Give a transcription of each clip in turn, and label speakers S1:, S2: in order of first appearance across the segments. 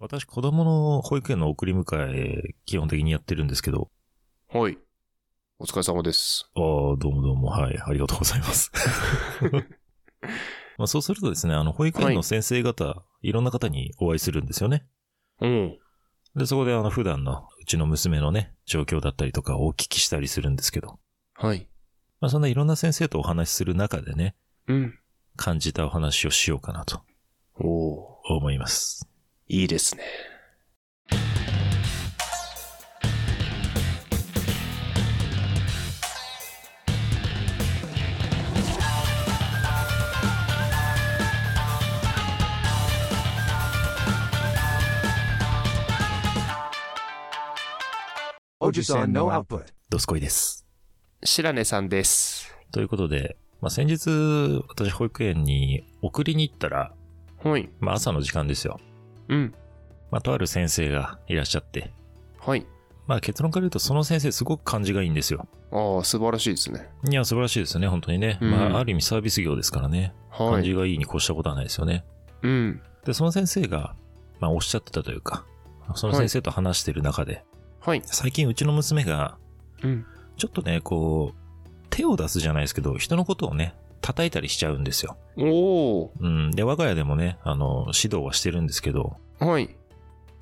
S1: 私、子供の保育園の送り迎え、基本的にやってるんですけど。
S2: はい。お疲れ様です。
S1: ああ、どうもどうも、はい、ありがとうございます。まあ、そうするとですね、あの、保育園の先生方、い、ろんな方にお会いするんですよね。
S2: うん。
S1: で、そこであの、普段のうちの娘のね、状況だったりとかをお聞きしたりするんですけど。
S2: はい。
S1: まあ、そんないろんな先生とお話しする中でね、
S2: うん。
S1: 感じたお話をしようかなと
S2: おー
S1: 思います。
S2: いいですね。
S3: Ojisan no output.
S1: どすこいです。
S2: 白根さんです。
S1: ということで、まあ、先日、私、保育園に送りに行ったら、
S2: はい。
S1: まあ、朝の時間ですよ。
S2: うん。
S1: まあ、とある先生がいらっしゃって、
S2: はい。
S1: まあ、結論から言うと、その先生すごく感じがいいんですよ。
S2: ああ、素晴らしいですね。
S1: いや、素晴らしいですね、本当にね。
S2: うん
S1: まあ、ある意味サービス業ですからね。
S2: は
S1: 感じ
S2: い。
S1: がいいに越したことはないですよね。
S2: うん。
S1: で、その先生が、まあ、おっしゃってたというか、その先生と話してる中で、
S2: はい。
S1: 最近うちの娘が、
S2: うん。
S1: ちょっとね、こう、手を出すじゃないですけど、人のことをね、叩いたりしちゃうんですよ。
S2: お
S1: うん。で、我が家でもね、あの、指導はしてるんですけど、
S2: ー。はい。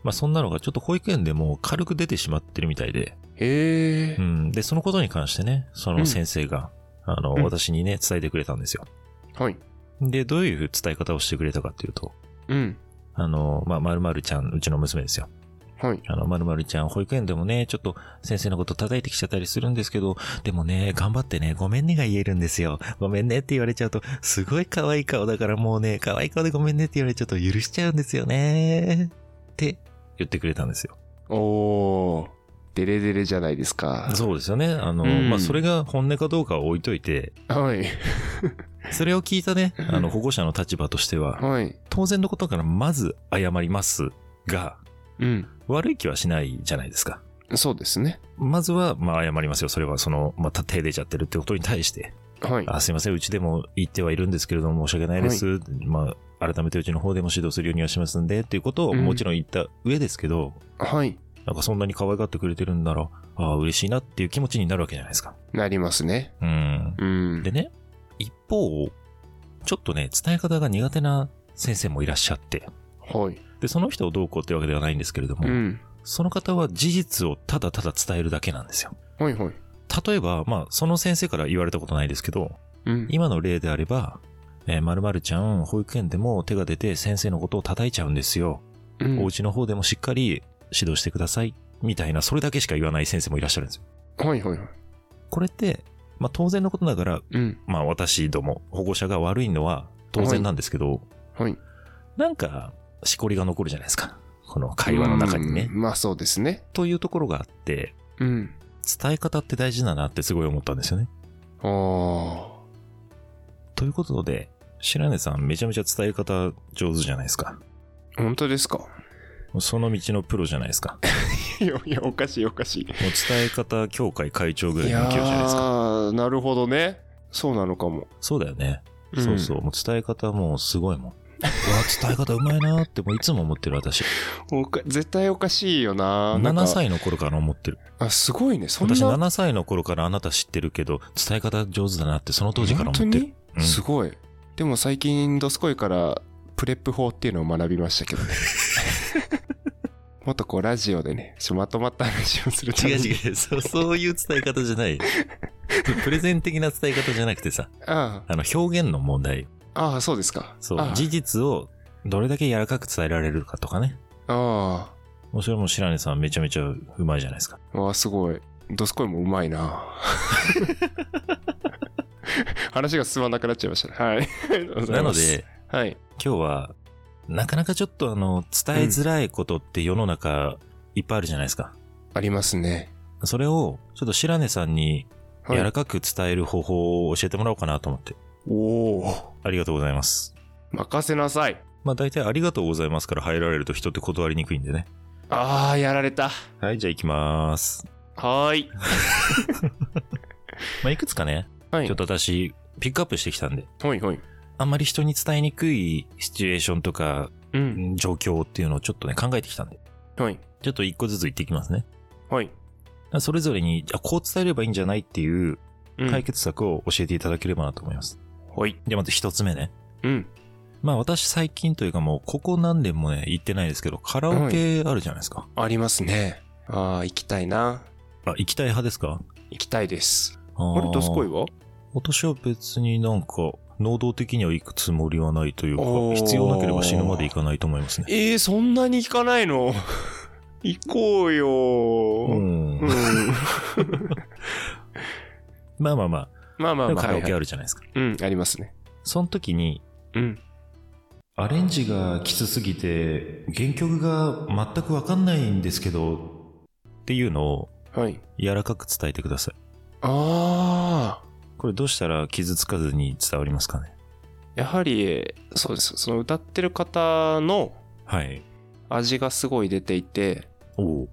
S1: まあ、そんなのがちょっと保育園でも軽く出てしまってるみたいで、
S2: へえ
S1: う。ん。で、そのことに関してね、その先生が、あの、
S2: うん
S1: 私にね、伝えてくれたんですよ。
S2: はい。
S1: で、どういう伝え方をしてくれたかっていうと、
S2: うん。
S1: あの、まあ、〇〇ちゃん、うちの娘ですよ。
S2: はい。
S1: あの、〇〇ちゃん、保育園でもね、ちょっと先生のこと叩いてきちゃったりするんですけど、でもね、頑張ってね、ごめんねが言えるんですよ。ごめんねって言われちゃうと、すごい可愛い顔だからもうね、可愛い顔でごめんねって言われちゃうと許しちゃうんですよね。って言ってくれたんですよ。
S2: おー。デレデレじゃないですか。
S1: そうですよね。あの、
S2: うん
S1: まあ、それが本音かどうかは置いといて、
S2: はい。
S1: それを聞いたね、あの、保護者の立場としては、
S2: はい。
S1: 当然のことからまず謝りますが、
S2: うん。
S1: 悪い気はしないじゃないですか。
S2: そうですね。
S1: まずは、まあ、謝りますよ。それは、その、また手出ちゃってるってことに対して、
S2: はい。
S1: あ、すいません、うちでも言ってはいるんですけれども、申し訳ないです。まあ、改めてうちの方でも指導するようにはしますんで、っていうことを
S2: うん
S1: もちろん言った上ですけど、
S2: はい。
S1: なんかそんなに可愛がってくれてるんなら、ああ、嬉しいなっていう気持ちになるわけじゃないですか。
S2: なりますね。
S1: うん。
S2: うん
S1: で。ね、一方、ちょっとね、伝え方が苦手な先生もいらっしゃって、
S2: はい。
S1: で、その人をどうこうってわけではないんですけれども、
S2: うん。
S1: その方は事実をただただ伝えるだけなんですよ。
S2: はいはい。
S1: 例えば、まあ、その先生から言われたことないですけど、
S2: うん。
S1: 今の例であれば、えー、〇〇ちゃん、保育園でも手が出て先生のことを叩いちゃうんですよ。
S2: うん
S1: お家の方でもしっかり指導してください。みたいな、それだけしか言わない先生もいらっしゃるんですよ。
S2: はいはいはい。
S1: これって、まあ当然のことながら、
S2: うん。
S1: まあ私ども保護者が悪いのは当然なんですけど、
S2: はい。
S1: なんかしこりが残るじゃないですか。この会話の中にね
S2: う。んまあそうですね。
S1: というところがあって、
S2: うん。
S1: 伝え方って大事だなってすごい思ったんですよね。
S2: ああ。
S1: ということで、白根さんめちゃめちゃ伝え方上手じゃないですか。
S2: 本当ですか
S1: その道のプロじゃないですか。もう
S2: いやいや、おかしいおかしい。
S1: 伝え方協会会長ぐら
S2: い
S1: いの
S2: や
S1: 勢いじゃないですか。
S2: ー、なるほどね。そうなのかも。
S1: そうだよね。
S2: ん
S1: そうそう。もう伝え方もうすごいもん。うわ、伝え方うまいなーってもういつも思ってる私。
S2: おか絶対おかしいよな。なんか
S1: 7。歳の頃から思ってる。
S2: あ、すごいね。そんな。
S1: 私7歳の頃からあなた知ってるけど、伝え方上手だなってその当時から思ってる。
S2: 本当
S1: うん
S2: にすごい。でも最近、ドスコイから、プレップ法っていうのを学びました けどね。もっとこう、ラジオでね、ちょまとまった話をするために。
S1: 違う。そう、そういう伝え方じゃない。プレゼン的な伝え方じゃなくてさ、
S2: あ
S1: あの、表現の問題。
S2: あ、ああ、そうですか。
S1: そ
S2: あ
S1: う。
S2: あ
S1: 事実をどれだけ柔らかく伝えられるかとかね。
S2: あ
S1: もうそれも白根さんめちゃめちゃうまいじゃないですか。
S2: あ、わあ、すごい。ドスコイもうまい な。話が進まなくなっちゃいましたね。はい。ありがとうござ
S1: ないの
S2: ます
S1: で、、
S2: はい。
S1: 今日は、なかなかちょっとあの、伝えづらいことって世の中いっぱいあるじゃないですか。
S2: ありますね。
S1: それを、ちょっと白根さんに
S2: はい
S1: 柔らかく伝える方法を教えてもらおうかなと思って。
S2: おお。
S1: ありがとうございます。
S2: 任せなさい。
S1: まあ大体ありがとうございますから入られると人って断りにくいんでね。
S2: ああ、やられた。
S1: はい、じゃあ行きます。
S2: はーい。
S1: まあいくつかね、
S2: はい
S1: ちょっと私、ピックアップしてきたんで、
S2: はいはい。
S1: あんまり人に伝えにくいシチュエーションとか、
S2: うん。
S1: 状況っていうのをちょっとね、考えてきたんで。
S2: はい。
S1: ちょっと一個ずつ言っていきますね。
S2: はい。
S1: それぞれに、あ、こう伝えればいいんじゃないっていう
S2: うん
S1: 解。決策を教えていただければなと思います。
S2: はい。
S1: で、まず一つ目ね。
S2: うん。
S1: まあ私最近というかもう、ここ何年もね、行ってないですけど、カラオケあるじゃないですか。
S2: ありますね。ああ、行きたいな。
S1: あ、行きたい派ですか
S2: 行きたいです。
S1: あ
S2: あれ、どすこい
S1: い
S2: は
S1: 私は別になんか、能動的には行くつもりはないというか
S2: お、ー
S1: 必要なければ死ぬまで行かないと思いますね。
S2: えー、そんなに行かないの 行こう
S1: う
S2: よー。
S1: ん
S2: うん。。
S1: まあまあま
S2: まあま
S1: あ、
S2: あ
S1: で
S2: ま
S1: も
S2: あ。
S1: カラオケ
S2: は
S1: あ
S2: いはい
S1: るじゃないですか。
S2: うん、ありますね。
S1: その時に、
S2: うん。
S1: アレンジがきつすぎて、原曲が全くわかんないんですけど、っていうのを
S2: はい。
S1: 柔らかく伝えてください。
S2: ああ。
S1: これどうしたら傷つかずに伝わりますかね
S2: やはり、そうです。その歌ってる方の
S1: はい。
S2: 味がすごい出ていて、
S1: おお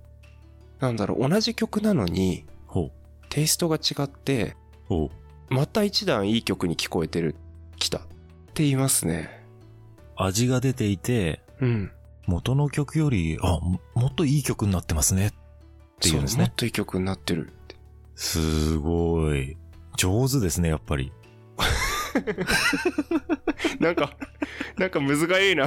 S2: なんだろう、同じ曲なのに、
S1: ほ
S2: テイストが違って、
S1: う。おう
S2: また一段いい曲に聞こえてる、きた。って言いますね。
S1: 味が出ていて、
S2: うん。
S1: 元の曲より、あ、ももっといい曲になってますね。ていうんですね
S2: そうもっといい曲になってるって。
S1: すごい。上手ですね、やっぱり。
S2: なんか、なんかむずがいいな。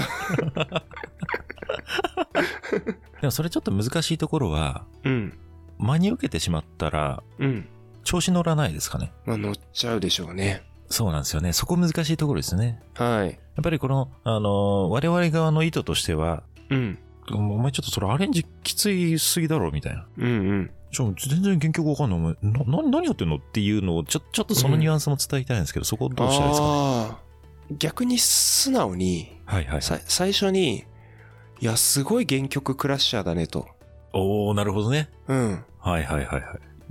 S1: でもそれちょっと難しいところは、
S2: うん。
S1: 真に受けてしまったら、
S2: うん。
S1: 調子乗らないですかね。
S2: まあ、乗っちゃうでしょうね。
S1: そうなんですよね。そこ難しいところですね。
S2: はい。
S1: やっぱりこの、あのー我々側の意図としては、
S2: うん。
S1: お前ちょっとそれアレンジきついすぎだろ、みたいな。
S2: うんうん。
S1: ちょ、全然原曲わかんない。お前、な、何何やってんのっていうのを、ちょ、ちょっとそのニュアンスも伝えたいんですけど、そこどうしたらいいですかね。
S2: ああ。逆に素直に、
S1: はいはい。
S2: さ最初に、いや、すごい原曲クラッシャーだねと。
S1: おー、なるほどね。
S2: うん。
S1: はいはいはいはい。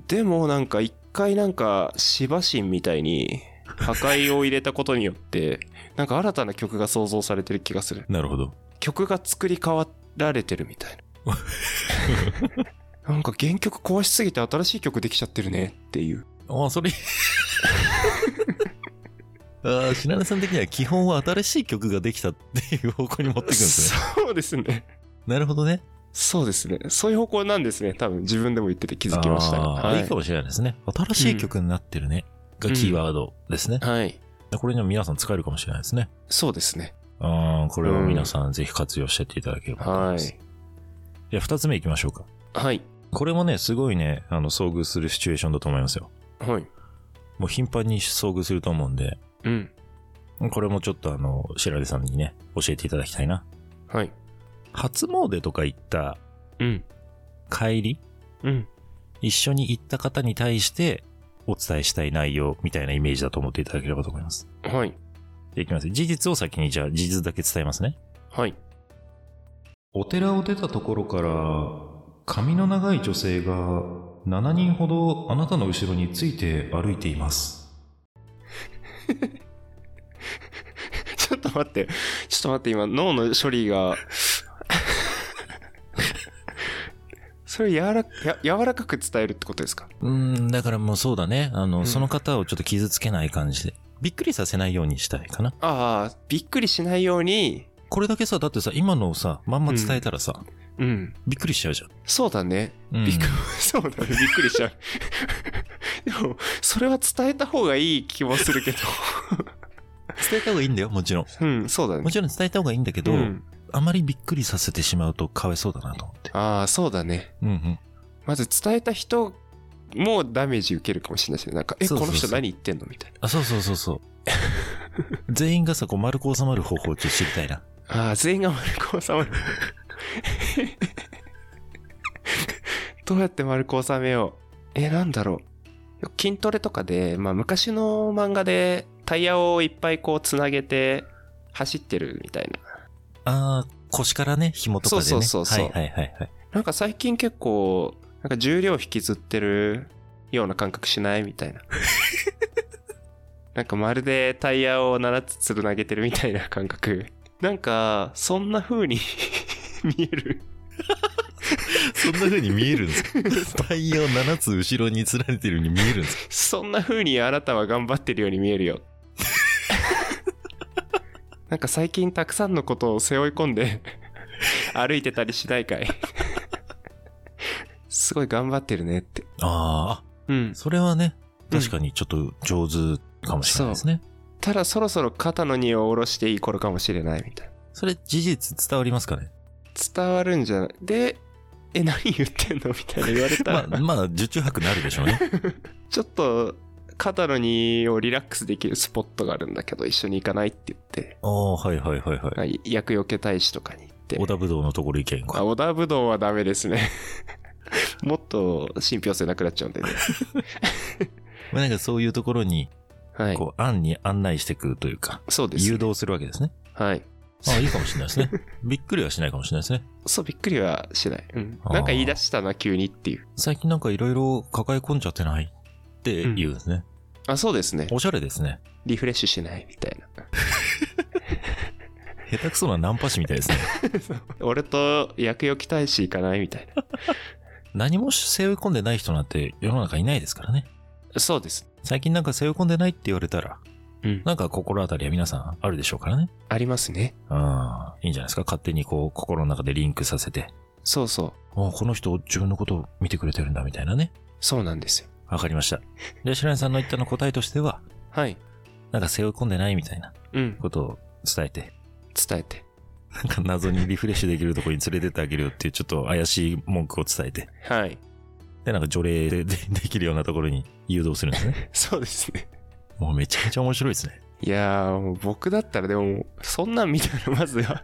S2: でもなんか一回なんかシバシンみたいに破壊を入れたことによって なんか新たな曲が想像されてる気がする
S1: なるほど。
S2: 曲が作り変わられてるみたい ななんか原曲壊しすぎて新しい曲できちゃってるねっていう
S1: ああ、それ。 ああ、品田さん的には基本は新しい曲ができたっていう方向に持っていくんですね。
S2: そうですね
S1: なるほどね。
S2: そうですねそういう方向なんですね多分自分でも言ってて気づきましたが
S1: あー
S2: はい
S1: いかもしれないですね。新しい曲になってるね。
S2: うん
S1: がキーワードですね。
S2: はい
S1: これにも皆さん使えるかもしれないですね。
S2: そうですね
S1: あーこれを皆さんぜひ活用してっていただければと思い
S2: は
S1: ます。
S2: い
S1: じゃあ二つ目いきましょうか。
S2: はい
S1: これもね、すごいね、あの、遭遇するシチュエーションだと思いますよ。
S2: はい
S1: もう頻繁に遭遇すると思うんで、
S2: うん
S1: これもちょっとあの、白出さんにね、教えていただきたいな。
S2: はい
S1: 初詣とか行った
S2: うん
S1: 帰り、
S2: うん
S1: 一緒に行った方に対してお伝えしたい内容みたいなイメージだと思っていただければと思います。
S2: はい
S1: で、いきます。事実を先にじゃあ事実だけ伝えますね。
S2: はい
S1: お寺を出たところから、髪の長い女性が7人ほどあなたの後ろについて歩いています。
S2: ちょっと待って、ちょっと待って、今、脳の処理が。 それ柔らかや、柔らかく伝えるってことですか
S1: うーん、だからもうそうだね。あの、
S2: うん
S1: その方をちょっと傷つけない感じで。びっくりさせないようにしたいかな。
S2: ああ、びっくりしないように、
S1: これだけさ、だってさ、今のをさ、まんま伝えたらさ、
S2: うん。
S1: びっくりしちゃうじゃん。
S2: そうだね。
S1: うん
S2: びっくり、 そうだね。びっくりしちゃう。 でも、それは伝えた方がいい気もする けど。
S1: 伝えた方がいいんだよ、もちろん。
S2: うん、そうだね
S1: も。ちろん伝えた方がいいんだけど、
S2: うん
S1: あまりびっくりさせてしまうとかわいそうだなと思って。
S2: ああ、そうだね。
S1: うんうん。
S2: まず伝えた人もダメージ受けるかもしれないしね。なんか、え、
S1: そうそうそう
S2: この人何言ってんのみたいな。
S1: あ、そうそうそうそう。 全員がさ、こう丸く収まる方法をちょっと知りたいな。
S2: ああ、全員が丸く収まる。どうやって丸く収めよう。え、なんだろう。筋トレとかで、まあ昔の漫画でタイヤをいっぱいこうつなげて走ってるみたいな。
S1: あー、腰からね、紐とかでね。
S2: そうそうそうそう
S1: はいはいはいはい。
S2: なんか最近結構、なんか重量引きずってるような感覚しないみたいな。なんかまるでタイヤを7つつなげてるみたいな感覚。なんか、そんな風に 見える。
S1: そんな風に見えるんですか タイヤを7つ後ろにつられてるように見えるんですか
S2: そんな風にあなたは頑張ってるように見えるよ。 なんか最近たくさんのことを背負い込んで 歩いてたりしないか いすごい頑張ってるねって。
S1: あー
S2: うん
S1: あ、。それはね、確かにちょっと上手かもしれないですね。
S2: ただそろそろ肩の荷を下ろしていい頃かもしれないみたいな。
S1: それ事実伝わりますかね
S2: 伝わるんじゃないで、え、何言ってんのみたいな言われた
S1: ま
S2: ら、
S1: あ、まあ、受注博になるでしょうね。
S2: ちょっと肩の荷をリラックスできるスポットがあるんだけど、一緒に行かないって言って、
S1: ああ、はいはい はいはい。
S2: はい厄除け大使とかに行って。
S1: 小田武道のところ意見
S2: あ
S1: か。
S2: 織田ぶどうはダメですね。 もっと信憑性なくなっちゃうんでね。
S1: まあ、なんかそういうところに、
S2: はい。
S1: こう、案に案内してくというか、
S2: そうです、
S1: 誘導するわけ ですね。
S2: はい。
S1: ああ、いいかもしれないですね。びっくりはしないかもしれないですね。
S2: そう、びっくりはしない。うん。
S1: あー
S2: なんか言い出したな、急にっていう。
S1: 最近なんかいろいろ抱え込んじゃってないって言うんですね。
S2: あ、そうですね。
S1: おしゃれですね。
S2: リフレッシュしないみたいな。
S1: 下手くそなナンパ師みたいです ね。
S2: 俺と薬用期大使行かないみたいな。
S1: 何も背負い込んでない人なんて世の中いないですからね。
S2: そうです。
S1: 最近なんか背負い込んでないって言われたら、
S2: うん。
S1: なんか心当たりは皆さんあるでしょうからね。
S2: ありますね。
S1: うん。いいんじゃないですか。勝手にこう、心の中でリンクさせて。
S2: そうそう。
S1: あこの人自分のことを見てくれてるんだみたいなね。
S2: そうなんですよ。
S1: わかりました。で、白根さんの言ったの答えとしては、
S2: はい。
S1: なんか背負い込んでないみたいな
S2: うん。
S1: ことを伝えて、
S2: 伝えて。
S1: なんか謎にリフレッシュできるところに連れてってあげるよっていうちょっと怪しい文句を伝えて、
S2: はい。
S1: で、なんか除霊ででできるようなところに誘導するんです ね。
S2: そうですね。
S1: もうめちゃめちゃ面白いですね。
S2: いやー、もう僕だったらでももう、そんなん見たらまずは、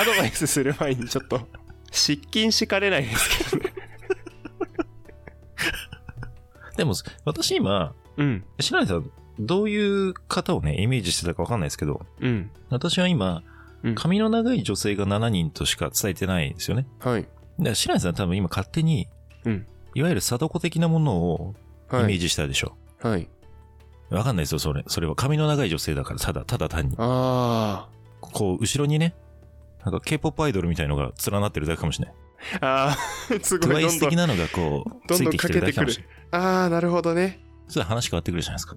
S2: アドバイスする前にちょっと、失禁しかねないですけどね。
S1: でも、私今、
S2: うん。
S1: 白井さん、どういう方をね、イメージしてたかわかんないですけど、
S2: うん。
S1: 私は今
S2: うん、
S1: 髪の長い女性が7人としか伝えてないんですよね。
S2: はい。
S1: だから白井さん多分今勝手に、
S2: うん
S1: いわゆる貞子的なものをイメ
S2: は
S1: ー
S2: い。
S1: ジしたでしょ。
S2: はい。
S1: わ、かんないですよ、それ。それは髪の長い女性だから、ただ、ただ単に。
S2: あ
S1: こう、後ろにね、なんか K-POP アイドルみたいのが連なってるだけかもしれない。
S2: ー。あー、す
S1: トゥ
S2: ご
S1: ワ
S2: い、
S1: イ
S2: ど
S1: ス
S2: んど
S1: 的
S2: ん。
S1: なのがこう、
S2: ど
S1: つ
S2: ん
S1: い
S2: どん
S1: てきてるだけかもしれない。
S2: あー、なるほどね。
S1: それ話変わってくるじゃないですか。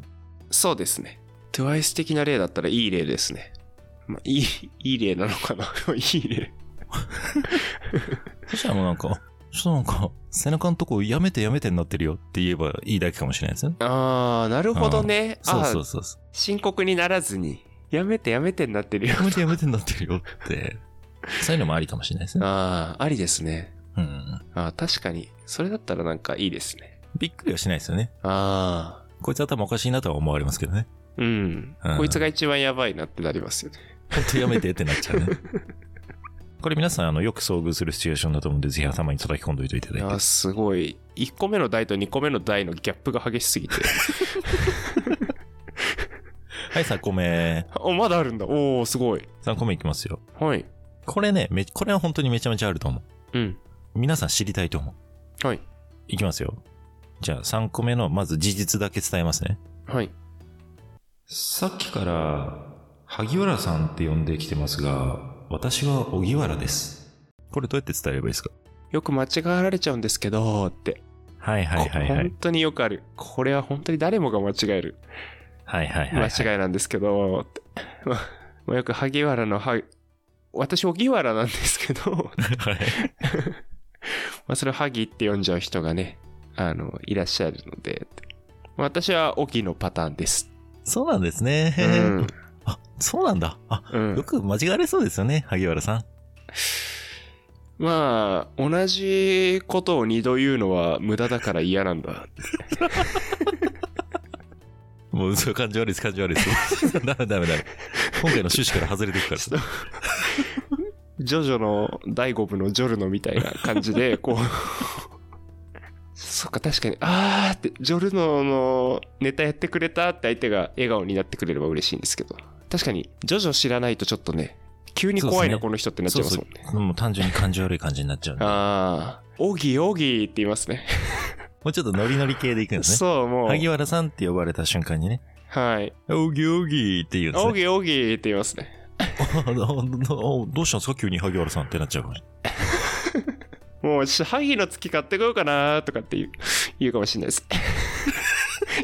S2: そうですね。TWICE 的な例だったらいい例ですね。まあ、いい、いい例なのかな いい例。
S1: そしたらもうなんか、ちょっとなんか、背中のとこやめてやめてになってるよって言えばいいだけかもしれないですね。
S2: あー、なるほどね。あ
S1: そう
S2: ー
S1: そうそうそ
S2: 深刻にならずに、やめてやめてになってるよ
S1: う。。やめてやめてになってるよって。そういうのもありかもしれないですね。
S2: ああ、ありですね。
S1: うん。
S2: ああ、確かに。それだったらなんかいいですね。
S1: びっくりはしないですよね。
S2: ああ、
S1: こいつ頭おかしいなとは思われますけどね。
S2: うん
S1: うん。
S2: こいつが一番やばいなってなりますよね。
S1: ほんとやめてってなっちゃう ね。これ皆さん、あの、よく遭遇するシチュエーションだと思うんで、ぜひ頭に叩き込んでおいていただいて。
S2: ああ、すごい。1個目の台と2個目の台のギャップが激しすぎて。
S1: はい、3個目。
S2: お、まだあるんだ。おお、すごい。
S1: 3個目いきますよ。
S2: はい。
S1: これね、め、これは本当にめちゃめちゃあると思
S2: うん。
S1: う。皆さん知りたいと思う。
S2: はい。
S1: いきますよ。じゃあ3個目の、まず事実だけ伝えますね。
S2: はい。
S1: さっきから、萩原さんって呼んできてますが、私は荻原です。これどうやって伝えればいいですか
S2: よく間違われちゃうんですけど、って。
S1: はいはいはいは
S2: こ本
S1: い。
S2: 当によくある。これは本当に誰もが間違える。
S1: はいはいはい、
S2: 間
S1: はい。
S2: 違いなんですけど、ってままあよく萩原の、は、私、荻原なんですけ ど、
S1: はい
S2: まあ、それをハギって呼んじゃう人がね、あの、いらっしゃるので、まあ私はオギのパターンです。
S1: そうなんですね。
S2: うん。
S1: あ、そうなんだ。あ、
S2: うん
S1: よく間違われそうですよね、萩原さん。
S2: まあ、同じことを二度言うのは無駄だから嫌なんだ。
S1: もう、そう感じ悪いです、感じ悪いです。ダメダメダメ。今回の趣旨から外れていくから。
S2: ちょっジョジョの第5部のジョルノみたいな感じで、 こう。そっか、確かに、あーって、ジョルノのネタやってくれたって相手が笑顔になってくれれば嬉しいんですけど。確かに、ジョジョ知らないとちょっとね、急に怖いな、
S1: そうですね
S2: この人ってなっちゃいますもんね。
S1: そうそうもう単純に感じ悪い感じになっちゃうんで。も
S2: ああ、オギオギって言いますね。
S1: うちょっとノリノリ系でいくんですね。
S2: そう、もう。
S1: 萩原さんって呼ばれた瞬間にね、
S2: はい。
S1: おぎおぎって言うんです
S2: オ
S1: ね。
S2: ギオギって言いますね。
S1: あの どうしたんですか急に萩原さんってなっちゃうかもしれない
S2: もう、しハギの月買ってこようかなとかって言う、言うかもしれないです。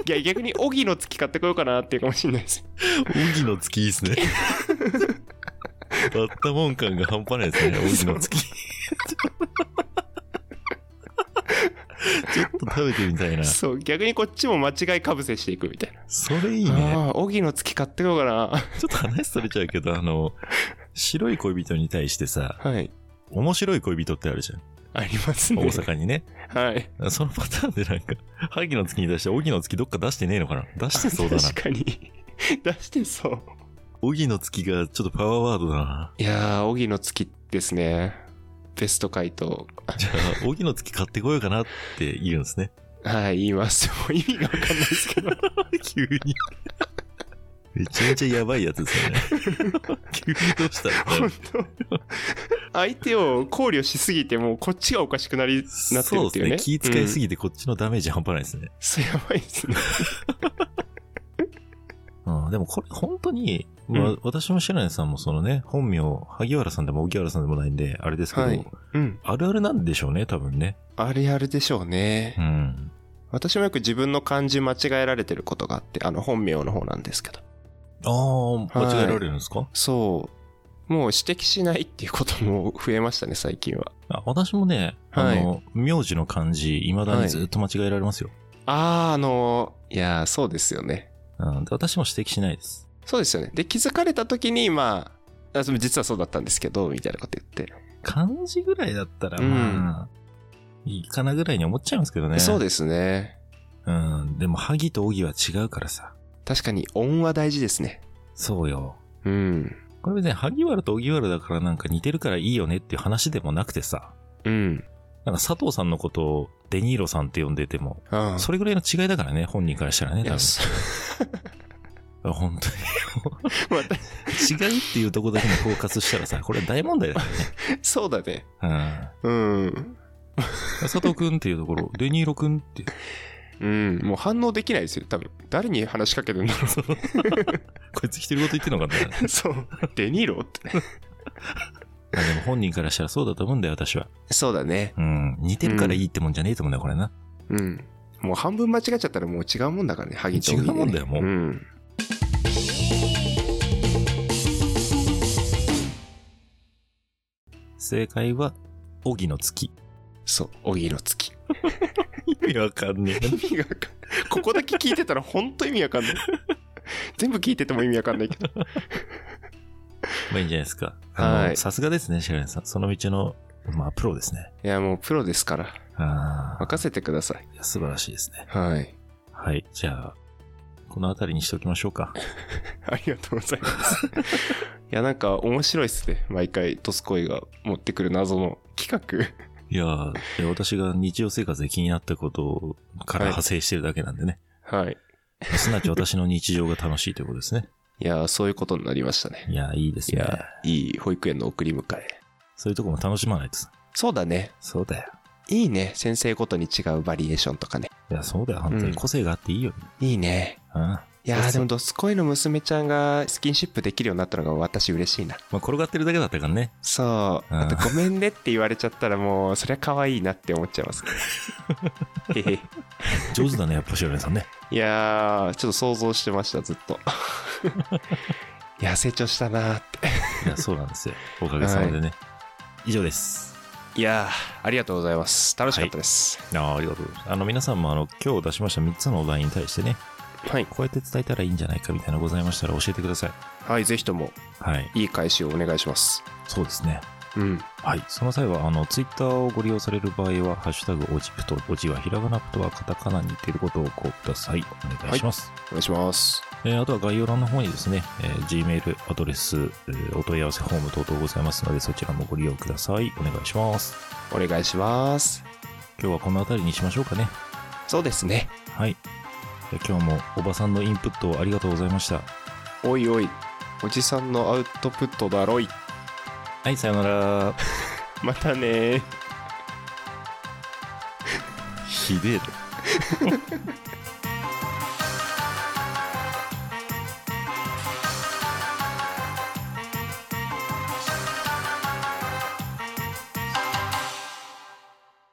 S2: いや、逆にオギの月買ってこようかなって言うかもしれないです。
S1: おぎの月いいっすね。あったもん感が半端ないですね、おじの月。ちょっと食べてみたいな。
S2: そう、逆にこっちも間違いかぶせしていくみたいな。
S1: それいいね。
S2: ああ、荻の月買ってこうかな。
S1: ちょっと話それちゃうけど、あの、白い恋人に対してさ、
S2: はい。
S1: 面白い恋人ってあるじゃん。
S2: あります
S1: 大
S2: ね。
S1: 阪にね。
S2: はい。
S1: そのパターンでなんか、萩の月に出して、荻の月どっか出してねえのかな出してそうだな。
S2: 確かに。 出してそう。
S1: 荻の月がちょっとパワーワードだ な。
S2: いやー、荻の月ですね。ベスト回答。
S1: じゃあ、荻の月買ってこようかなって言うん ですね。
S2: はい、言います。 もう意味がわかんないですけど。
S1: 急に。めちゃめちゃやばいやつです よね。急にどうしたの
S2: 本当 相手を考慮しすぎて、もうこっちがおかしくなり、なってる
S1: そう
S2: って
S1: で
S2: い
S1: す
S2: うね。
S1: ね。気遣いす
S2: ぎ。
S1: ぎてこっちのダメージ半端ないですね。
S2: そうやばいですね。
S1: うん、でもこれ本当に、まあ
S2: うん
S1: 私も白根さんもそのね、本名、萩原さんでも荻原さんでもないんで、あれですけど、
S2: はいうん。
S1: あるあるなんでしょうね、多分ね。
S2: あれあれでしょうね。
S1: うん。
S2: 私もよく自分の漢字間違えられてることがあって、あの本名の方なんですけど。
S1: ああ、間違えられるんですか、
S2: そう。もう指摘しないっていうことも増えましたね、最近は。
S1: あ私もね、
S2: はい
S1: あの、名字の漢字、未だにずっと間違えられますよ。
S2: あー、あのー、いやー、そうですよね。
S1: うん、で私も指摘しないです。
S2: そうですよね。で、気づかれた時に、まあ、あその実はそうだったんですけど、みたいなこと言って。
S1: 漢字ぐらいだったら、まあ、いいかなぐらいに思っちゃいますけどね。
S2: そう
S1: で
S2: ですね。
S1: うん、でも、萩と荻は違うからさ。
S2: 確かに音は大事ですね。
S1: そうよ。
S2: うん。
S1: これ別に萩原と荻原だからなんか似てるからいいよねっていう話でもなくてさ。
S2: うん。
S1: なんか佐藤さんのことをデニーロさんって呼んでても、
S2: ああ
S1: それぐらいの違いだからね、本人からしたらね、
S2: い
S1: 多
S2: や、
S1: 分。
S2: そ
S1: 本当に。
S2: また、
S1: 違うっていうとこだけにフォーカスしたらさ、これは大問題だ
S2: そうだね。
S1: から。
S2: うん。
S1: うん。佐藤くんっていうとこ ろ、デニーロくんって。
S2: うん。もう反応できないですよ、多分。誰に話しかけてんだろ
S1: そうこいつ来てること言ってんのかな
S2: う。そう。デニーロって。
S1: あでも本人からしたらそうだと思うんだよ、私は。
S2: そうだね。
S1: うん。似てるからいいってもんじゃねえと思うんだよ、これな。
S2: うん。もう半分間違っちゃったらもう違うもんだからね、ハギと
S1: 違うもんだよもう
S2: うん。
S1: 正解は、荻の月。
S2: そう、おぎの月。
S1: 意味わかんね
S2: 意味がわかんないここだけ聞いてたら本当意味わかんない。全部聞いてても意味わかんないけど。
S1: まあいいんじゃないですか。
S2: はい
S1: あのさすがですね、白根さん。その道の、まあ、プロですね。
S2: いや、もうプロですから。
S1: ああ、
S2: 任せてください。
S1: いや素晴らしいですね。
S2: はい。
S1: はい。じゃあ、この辺りにしておきましょうか。
S2: ありがとうございます。 いや、なんか面白いっすね。毎回、トスコイが持ってくる謎の企画。
S1: いやーで私が日常生活で気になったことから
S2: はい
S1: 派生してるだけなんで ね。
S2: はい。
S1: すなわち私の日常が楽しいということですね。
S2: いや、そういうことになりましたね。
S1: いやーいいです
S2: い
S1: ね。
S2: や、いい保育園の送り迎え。
S1: そういうとこも楽しまないとさ。
S2: そうだね。
S1: そうだよ。
S2: いいね。先生ごとに違うバリエーションとかね。
S1: いや、そうだよ。本当
S2: うん
S1: に個性があっていいよ。
S2: いいね。
S1: うん。ま
S2: いや
S1: そう
S2: ー
S1: そ
S2: で
S1: う
S2: もドスコイの娘ちゃんがスキンシップできるようになったのが私嬉しいな
S1: あ、転がってるだけだったからね。
S2: そう
S1: うん
S2: あとごめんねって言われちゃったらもうそりゃ可愛いなって思っちゃい ますねへへ
S1: 上手だね、やっぱ白根さんね。
S2: いやーちょっと想像してましたずっと いや成長したなーっ
S1: いや、そうなんですよ。おかげさまでね。以上です。
S2: ていやーありがとうございます楽しかったです
S1: ああ、ありがとうございます。あの、皆さんもあの、今日出しました3つのお題に対してね、
S2: はい
S1: こうやって伝えたらいいんじゃないかみたいなのございましたら教えてください。
S2: はいぜひとも
S1: はい。
S2: いい返しをお願いします
S1: そうですね。
S2: うん
S1: はい。その際は、あの、ツイッターをご利用される場合は、ハッシュタグ、おじプと、おじはひらがなプとはカタカナに似ていることをこうください。お願いします。
S2: お願いします
S1: えーあとは概要欄の方にですね、えー Gmail アドレス、えーお問い合わせフォーム等々ございますので、そちらもご利用ください。お願いします。
S2: お願いします
S1: 今日はこの辺りにしましょうかね。
S2: そうですね
S1: はい。えー今日もおばさんのインプットをありがとうございました。
S2: おいおいおじさんのアウトプットだろい
S1: はい、さよなら。
S2: またねー
S1: ひでえだ。